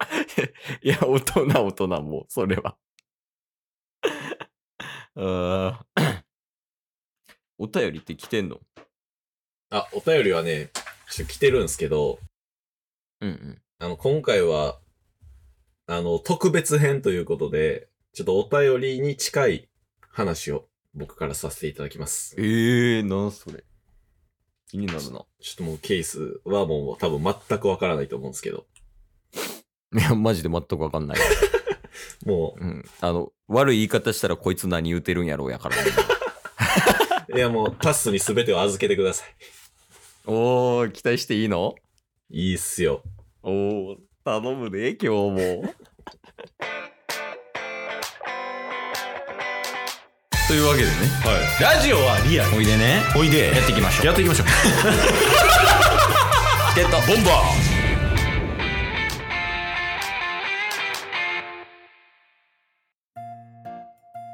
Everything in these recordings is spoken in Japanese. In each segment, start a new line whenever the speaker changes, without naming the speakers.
いや、大人、大人、もう、それは。 あー お便りって来てんの
あ、お便りはね、ちょっと来てるんですけど、
うんうん。
あの、今回は、あの、特別編ということで、ちょっとお便りに近い話を僕からさせていただきます。
ええー、なんそれ。気になるな。
ちょっともうケースはもう多分全くわからないと思うんですけど、
いや、マジで全くわかんない。
も
うん。あの、悪い言い方したらこいつ何言うてるんやろうやから、ね。
う、いやもうタスに全てを預けてくださ
おー、期待していいの
い。いいっすよ。
おー、頼むで、 今日も。というわけでね、
はい。
ラジオはリアル。おいでね。
おいで
やっていきましょう。
っていきましょう。
チケット、ボンバー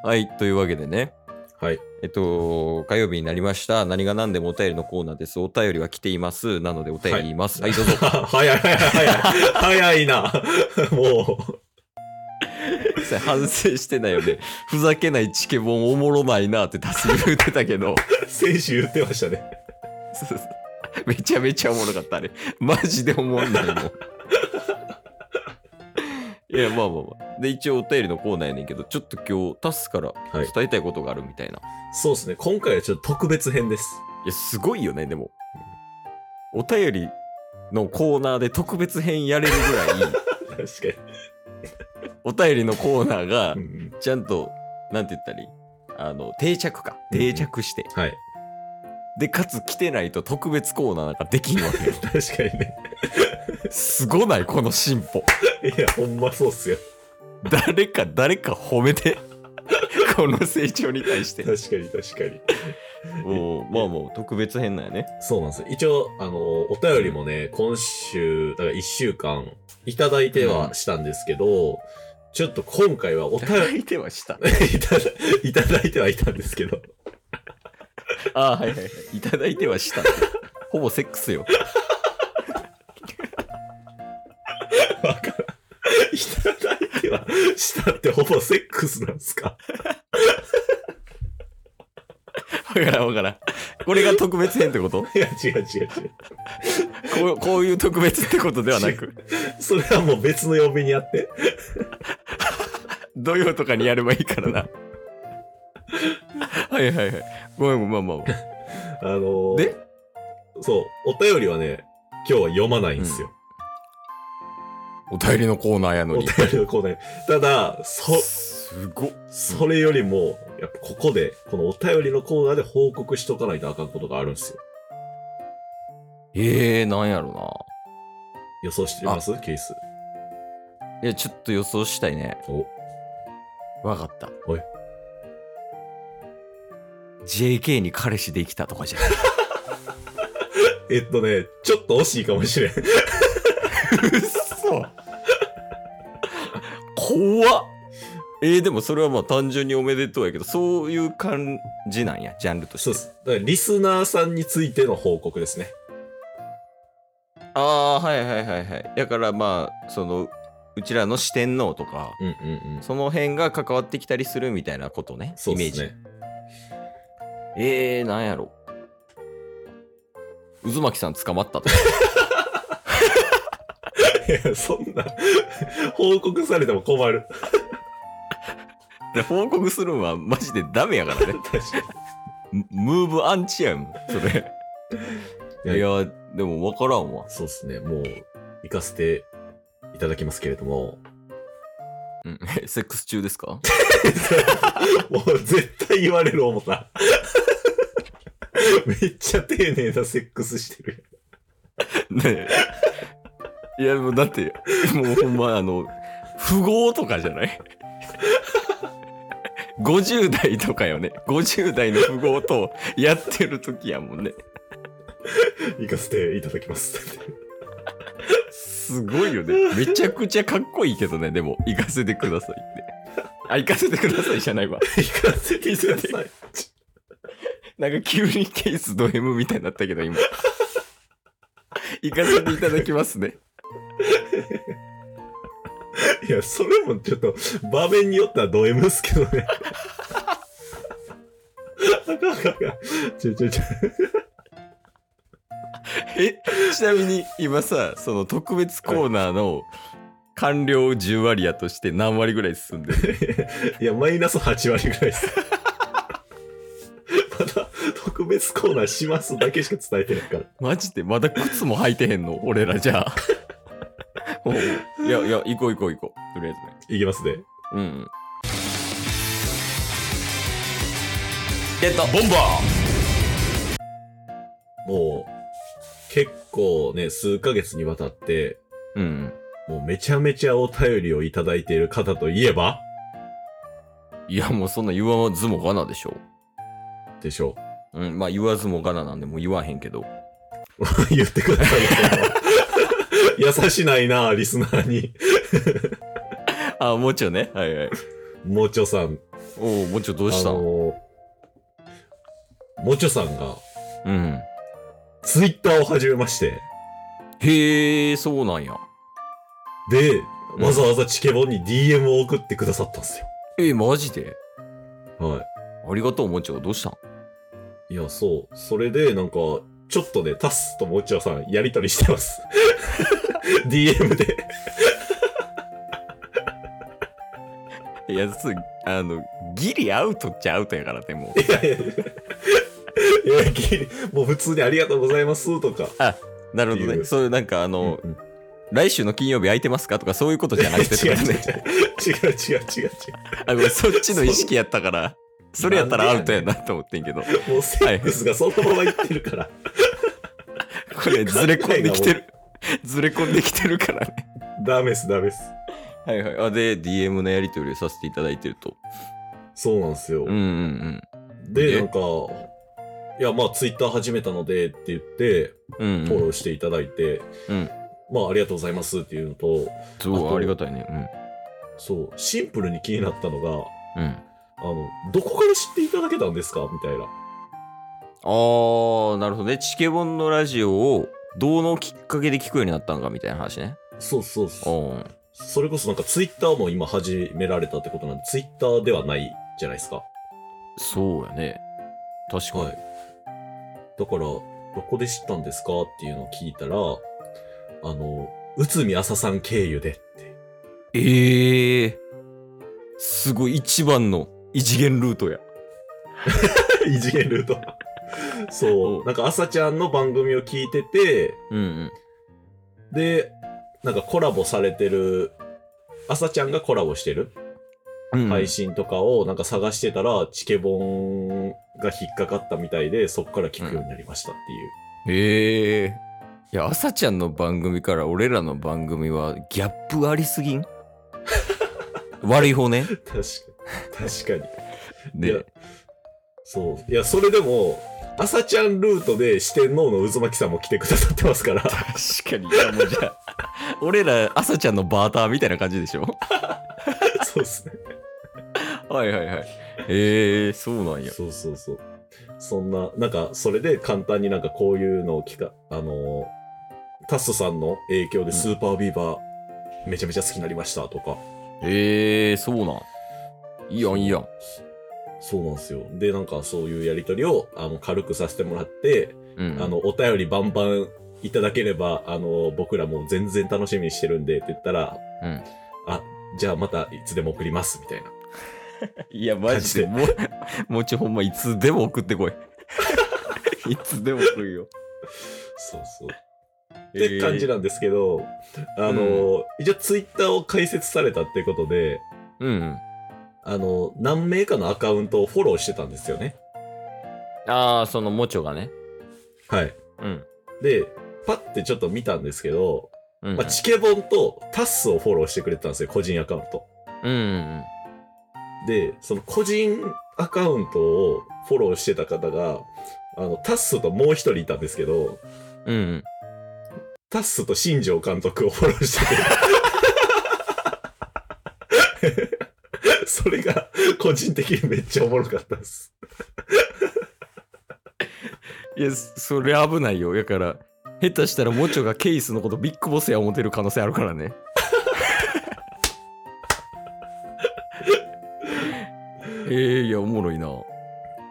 はい、というわけでね。
はい。
えっと、火曜日になりました。何が何でもお便りのコーナーです。お便りは来ています。なのでお便り言います。はい、どうぞ。
早い早い早い。早いな。 もう。
反省してないよね。ふざけないチケボンおもろないなって多数言ってたけど、
先週言ってましたね。
そうそうめちゃめちゃおもろかった、あれ。マジでおもん ないもん。いや、まあまあまあ。で、一応お便りのコーナーやねんけど、ちょっと今日タスから
はい
伝えたいことがあるみたいな。い、
そうですね。今回はちょっと特別編です。
や、すごいよね、でも。お便りのコーナーで特別編やれるぐ らい、
確か
お便りのコーナーが
に。うんうん
ちゃんと、なんて言ったらいいあの、定着か。
うん
定着して。
はい。
で、かつ来てないと特別コーナーなんかできんわ けよ。
確かにね。
すごないこの進歩。
いや、ほんまそうっすよ。
誰か、誰か褒めて。 この成長に対して。
確かに確かに。
おまあもう特別編なんやね。
そうなんですよ。一応、あの、お便りもね、今週、だから1週間、いただいてはしたんですけど、ちょっと今回はお便 り、
いてはした。
いただいただいてはいたんですけど、
あはいはいはい。いただいては した。ほぼセックスよ。
いただいてはしたってほぼセックスなんですか
わからんわからん。これが特別編ってこと
いや、違う違う違う。
こうこういう特別ってことではなく、
それはもう別の嫁にやって。
土曜とかにやればいいからな。はいはいはい。ごめんごめん、まあまあまあ。
あのー、
で
そう、お便りはね、今日は読まないんですよ。
お便りのコーナーやの
お
に
便。りのコーナーに。ただ、そ、
すごっ。
それよりも、やっぱここで、このお便りのコーナーで報告しとかないとあかんことがあるんですよ。
ええー、なんやろ
予想してますケース。
な。いや、ちょっと予想したいね。
お、
わかった。
おい。
JK に彼氏できたとかじゃない。
えっとね、ちょっと惜しいかもしれん。
うっそ怖っえー、でもそれはまあ単純におめでとうやけど、そういう感じなんや、ジャンルとして
そう。です。だからリスナーさんについての報告ですね。
ああ、はいはいはいはい。だからまあ、その、うちらの四天王とか、
うんうんうん。
その辺が関わってきたりするみたいなことね、
そう
イメ
で
ー
す
ジ。
ね。
えー、なんやろ。渦巻さん捕まったとか。
いや、そんな、報告されても困る。
で報告するんはマジでダメや からね。
確かに。
ムムーブアンチやん、それ。い
い
や
や、
でも分からんわ。
そうですね。もう、行かせていただきますけれども。
うん、セックス中ですか
もう絶対言われる思った。 めっちゃ丁寧なセックスしてる。
ねえ。いや、もうだって、もうほんまあの、富豪とかじゃない ?50 代とかよね。50代の富豪とやってる時やもんね。
行かせていただきます。
すごいよね。めちゃくちゃかっこいいけどね、でも、行かせてくださいって。あ、行かせてくださいじゃないわ。
行かせていただきます。
なんか急にケースド M みたいになったけど、今。 行かせていただきますね。
いや、それもちょっと、場面によってはド M っすけどね。あかんあかんあかんちょちょちょ。
えちなみに今さその特別コーナーの完了10割やとして何割ぐらい進んで る
いや、マイナス8割ぐらいです。まだ、特別コーナーしますだけしか伝えてないから。
マジでまだ靴も履いてへんの俺らじゃあおういやいや行こう行こう行こうとりあえずね
いきますね。
うんうんゲットボンバー
もう、結構ね、数ヶ月にわたって、
うん
もうめちゃめちゃお便りをいただいている方といえば
いやもうそんな言わずもがなでしょ
でしょ
うんまあ言わずもがななんでもう言わへんけど
う。言ってくださいよ。優しないな、リスナーに。
あもうちょねはいはい
もちょさん。
おおもうちょどうした
あ
ん
のもちょさんが、
うん
ツイッターを始めまして、
へえそうなんや
で、
うん
わざわざチケボンに DM を送ってくださったんです
えマジで
よ。はい。
ありがとう、もちろん。どうしたん
いや、そう。それで、なんか、ちょっとね、タスともちろさん、やりとりしてます。DM で。
いや、す、あの、ギリアウトっちゃアウトやからね、も
いやいやいや。いや、ギリもう普通にありがとうございます、とか。
う。なるほど
ってい
ね。
う
そういう、なんか、あの、来週の金曜日空いてますかとか、そういうことじゃなくてと
違う違
か
う違う
ね。
違う違う違う違
あ、ごめん、そっちの意識やったから、それやったらアウトやなと思ってんけど、
う。もうセックスがそのままいってるから。
これ、ずれ込んできてる。ずれ込んできてるからね。
ダメです、ダメです。
はいはい。あ、で、DM のやり取りをさせていただいてると。
そうなんです
う
よ。
んうんで
で、なんか、いや、まあ、ツイッター始めたので、って言って、
うん。うん、
フ
う
ォ
ん。
ローしていただいて、
うん。
まあ、ありがとうございますっていうのと、
す
あ
ごい、
と
ありがたいね。
そう、シンプルに気になったのが、
うん。うん。
あの、どこから知っていただけたんですかみたいな。
あー、なるほどね。チケボンのラジオを、どのきっかけで聞くようになったんかみたいな話ね。
そうそうそう。
おー
それこそなんかツイッターも今始められたってことなんで、ツイッターではないじゃないですか。
そうやね。確かに。
い。だから、どこで知ったんですかっていうのを聞いたら、あの、内海朝さん経由で って。
ええすごい、一番の異次元ルートや。
異次元 ルート。そうう。
ん
なんか朝ちゃんの番組を聞いてて、
うんうん。
で、なんかコラボされてる、朝ちゃんがコラボしてる
うん
配信とかをなんか探してたら、チケボンが引っかかったみたいで、そっから聞くようになりましたっていう。
ええいや、朝ちゃんの番組から俺らの番組はギャップありすぎん 悪い方ね。
確かに。確かに。いや
で、
そう。いや、それでも、朝ちゃんルートで四天王の渦巻さんも来てくださってますか ら、
確かに。いや、もうじゃあ、 俺ら朝ちゃんのバーターみたいな感じでしょ
そうですね。
はいはいはい。ええそうなんや。
そうそうそう。そんな、なんか、それで簡単になんかこういうのを聞か、あのータッソさんの影響でスーパービーバー、めちゃめちゃ好きになりましたとか、
ええそうなん。いいやんいいやん。
そうなんですよ。で、なんかそういうやりとりを、あの、軽くさせてもらって、
うん。
あの、お便りバンバンいただければ、あの、僕らもう全然楽しみにしてるんで、って言ったら、
うん
あ、じゃあまたいつでも送ります、みたいな。
いや、マジで、もう、もう ちょほんま、いつでも送って こい。いつでも送るよ。
そうそう。っ
えー
て感じなんですけど、あの、一応ツイッターを開設されたってことで、
うん。
あの、何名かのアカウントをフォローしてたんですよね。
ああ、その、もちょがね。
はい。
うん。
で、パッてちょっと見たんですけど、
うん。
まあ、チケボンとタッスをフォローしてくれてたんですよ、個人アカウント。
うんうん
で、その個人アカウントをフォローしてた方が、あの、タッスともう一人いたんですけど、
うん。うんうん。
タッスと新庄監督をフォローしてて それが個人的にめっちゃおもろかったです。
いや、そそれ危ないよ。やから、下 手したらもちょがケイスのことビッグボスや思ってる可能性あるからね。ええいや、おもろいな。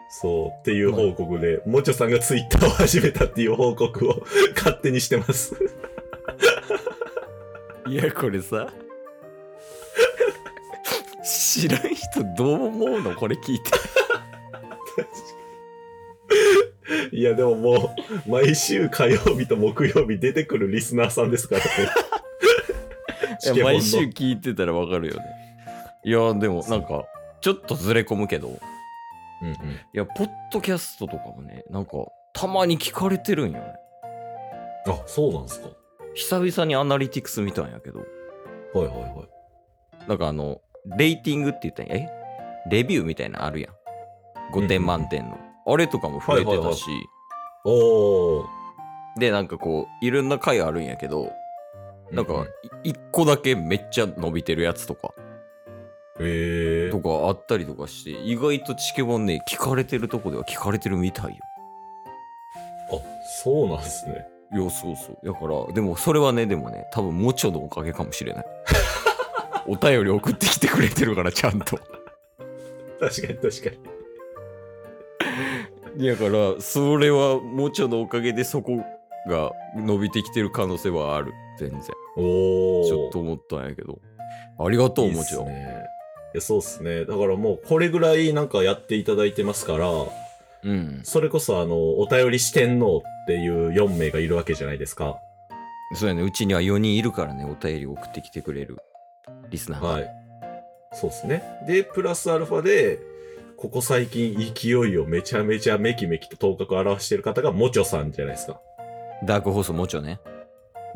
そう、っていう報告で、もちょさんがツイッターを始めたっていう報告を 勝手にしてます。
いや、これさ。知らん人どう思うのこれ聞いて。
いや、でももう、毎週火曜日と木曜日出てくるリスナーさんですからね。チ
い
ケ
や
モンの
毎週聞いてたらわかるよね。いや、でもなんか、ちょっとずれ込むけど、い
うんうん
や、ポッドキャストとかもね、なんか、たまに聞かれてるんよね。
あ、そうなんですか。
久々にアナリティクス見たんやけど、
はいはいはい。
なんかあの、レーティングって言ったんや。えレビューみたいなのあるやん。5点満点の。あれとかも触れてたし、
おー。
で、なんかこう、いろんな回あるんやけど、なん
うう
か、い一個だけめっちゃ伸びてるやつとか、
へえ
と。かあったりとかして、意外とチケボンね、聞かれてるとこでは聞かれてるみたいよ。
あ、そうなんですね。
いや、そうそう。だから、でもそれはね、でもね、多分、もちょのおかげかもしれ ない。お便り送ってきてくれてるから、ちゃんと。
確かに確かに。
だから、それはもちょのおかげでそこが伸びてきてる可能性はある。全然。
おー。
ちょっと思ったんやけど。ありがとう、もち
い
ろ
いっす
ん。
ねいやそうですね。だからもうこれぐらいなんかやっていただいてますから、
うん。
それこそあの、お便り四天王っていう4名がいるわけじゃないですか。
そうやね、うちには4人いるからね、お便り送ってきてくれるリスナーが。
はい。そうですね。で、プラスアルファで、ここ最近勢いをめちゃめちゃメキメキと頭角を表している方がもちょさんじゃないですか。
ダークホースもちょね。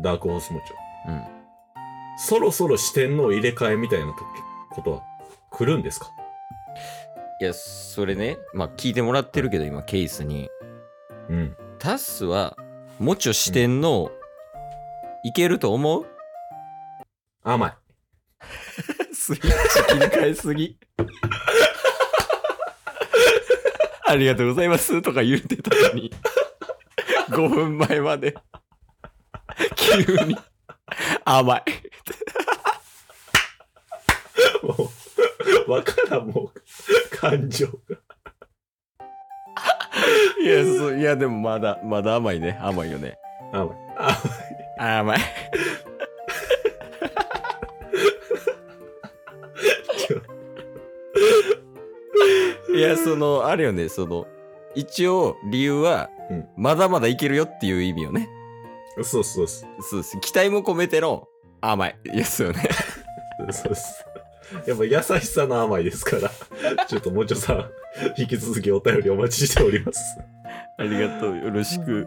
ダークホースもちょ。
うん。
そろそろ四天王入れ替えみたいなときことは来るんですか
いや、それね、まあ聞いてもらってるけど、今、ケースに。
うん。
タスは、もちょ四天王、いけると 思う
甘い。
スイッチ切り替えすぎ。 ありがとうございますとか言ってたの に、5分前まで、急に、甘い。
もう、わからん、もう、感情が。
いや、そういやでもまだ、まだ甘いね。甘いよね。
甘い。甘い。
甘い。 いや、その、あれよね、その、一応、理由は、
うん
まだまだいけるよっていう意味よね。
そうそうそう。
そうです。期待も込めての、甘い。いや、そうよね。
そうそう。やっぱ優しさの甘いですから、ちょっともうちょさん、引き続きお便りお待ちしております。
ありがとう。よろしく。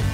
す